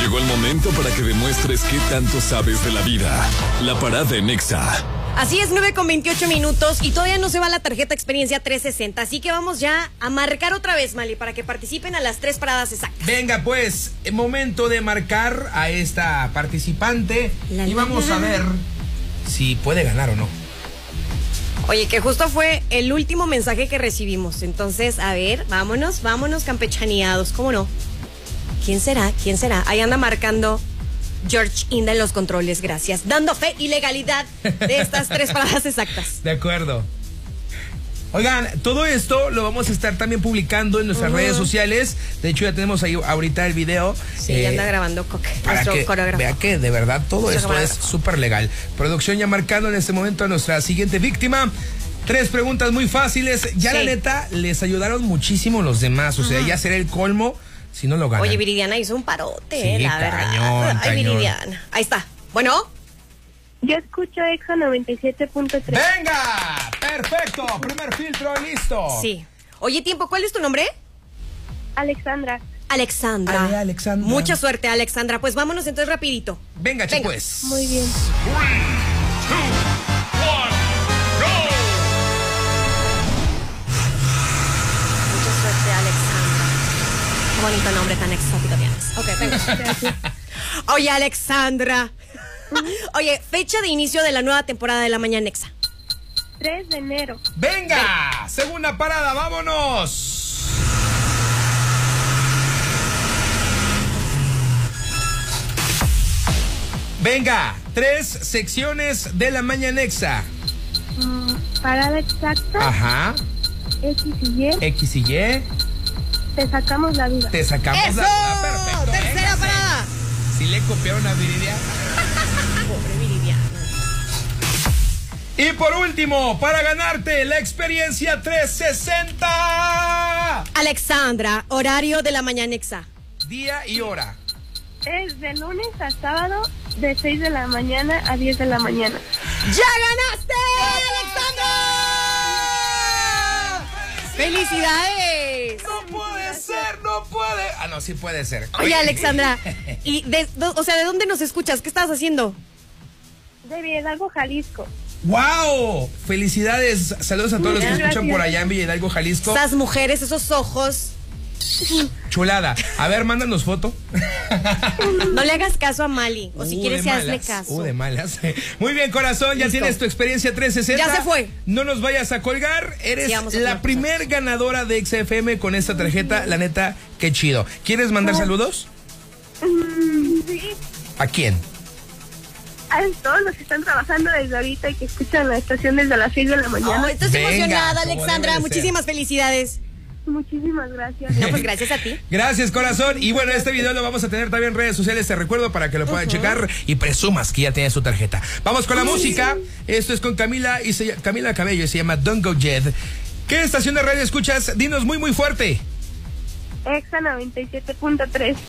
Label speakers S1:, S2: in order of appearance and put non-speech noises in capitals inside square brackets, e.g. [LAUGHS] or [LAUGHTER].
S1: Llegó el momento para que demuestres qué tanto sabes de la vida. La parada en Exa.
S2: Así es, 9 con 28 minutos y todavía no se va la tarjeta Experiencia 360. Así que vamos ya a marcar otra vez, Mali, para que participen a las tres paradas exactas.
S3: Venga, pues, momento de marcar a esta participante
S2: La,
S3: y
S2: la,
S3: vamos
S2: la.
S3: a ver si puede ganar o no.
S2: Oye, que justo fue el último mensaje que recibimos. Entonces, a ver, vámonos, vámonos campechaneados, ¿cómo no? ¿Quién será? ¿Quién será? Ahí anda marcando George Inda en los controles, gracias. Dando fe y legalidad de estas tres paradas
S3: [LAUGHS]
S2: exactas.
S3: De acuerdo. Oigan, todo esto lo vamos a estar también publicando en nuestras redes sociales. De hecho, ya tenemos ahí ahorita el video.
S2: Sí,
S3: eh,
S2: ya anda grabando Coque,
S3: para
S2: nuestro
S3: que
S2: coreógrafo.
S3: vea que de verdad todo
S2: Nuestro
S3: esto es
S2: coreógrafo.
S3: súper legal. Producción ya marcando en este momento a nuestra siguiente víctima. Tres preguntas muy fáciles. Ya la
S2: Sí.
S3: neta, les ayudaron muchísimo los demás. O sea, ya será el colmo si no lo ganan.
S2: Oye, Viridiana hizo un parote,
S3: Sí,
S2: eh, la verdad.
S3: cañón,
S2: Ay,
S3: cañón.
S2: Viridiana. Ahí está. Bueno,
S4: Yo escucho Exa 97.3.
S3: ¡Venga! ¡Perfecto! Primer filtro, listo.
S2: sí. Oye, tiempo, ¿cuál es tu nombre?
S4: Alexandra,
S2: Alexandra.
S3: Ale, Alexandra.
S2: Mucha suerte, Alexandra. Pues vámonos entonces rapidito.
S3: Venga,
S2: Venga.
S3: chicos.
S4: muy bien.
S2: Mucha suerte, Alexandra. Qué bonito nombre tan exótico tienes. Ok, [LAUGHS] venga. Oye, Alexandra. [LAUGHS] Oye, fecha de inicio de la nueva temporada de La Mañanexa.
S4: 3 de enero.
S3: Venga, segunda parada, vámonos. Venga, tres secciones de la mañanexa.
S4: Mm, parada exacta,
S2: Ah.
S3: Ajá,
S4: X y Y,
S3: X y Y,
S4: te sacamos la vida.
S3: te sacamos
S2: ¡Eso!
S3: la Ah, perfecto,
S2: ¡Tercera
S3: venga,
S2: parada!
S3: sí. Sí le copiaron a Viridiana.
S2: Pobre Viridiana.
S3: Y por último, para ganarte la experiencia 360.
S2: Alexandra, horario de La Mañanexa.
S3: Día y hora.
S4: Es de lunes a sábado, de 6 de la mañana a 10 de la mañana.
S2: ¡Ya ganaste, Alexandra! ¡Felicidades!
S3: No puede ser, no puede. Ah, no, sí puede ser.
S2: Oye,
S3: [LAUGHS]
S2: Alexandra, ¿y de, do- o sea, de dónde nos escuchas? ¿Qué estabas haciendo?
S4: De Hidalgo, Jalisco.
S3: ¡Wow! Felicidades. Saludos a todos los que
S4: Muchas
S3: escuchan
S4: gracias.
S3: por allá en Villa Hidalgo, Jalisco.
S2: Esas mujeres, esos ojos.
S3: Chulada. A ver, mándanos foto.
S2: No le hagas caso a Mali. O si
S3: Uh,
S2: quieres, sí
S3: de
S2: hazle
S3: malas.
S2: caso.
S3: Uh, de malas. [LAUGHS] Muy bien, corazón. Ya
S2: Listo.
S3: tienes tu experiencia 360.
S2: Ya se fue.
S3: No nos vayas a colgar. Eres
S2: Sí, vamos a
S3: la
S2: colgar.
S3: primer ganadora de XFM con esta tarjeta. La neta, qué chido. ¿Quieres mandar saludos?
S4: Mm, sí,
S3: ¿A quién?
S4: a todos los que están trabajando desde ahorita y que escuchan la estación desde las 6 de la mañana.
S2: Ay, estás
S3: Venga,
S2: emocionada,
S3: como
S2: Alexandra.
S3: debe de ser.
S2: Muchísimas felicidades.
S4: Muchísimas gracias.
S2: No, pues gracias a ti.
S3: Gracias, corazón. Y bueno, este video lo vamos a tener también en redes sociales, te recuerdo, para que lo puedan checar y presumas que ya tienes su tarjeta. Vamos con la música. Esto es con Camila y se- Camila Cabello y se llama Don't Go Jet. ¿Qué estación de radio escuchas? Dinos muy, muy fuerte.
S4: Exa 97.3.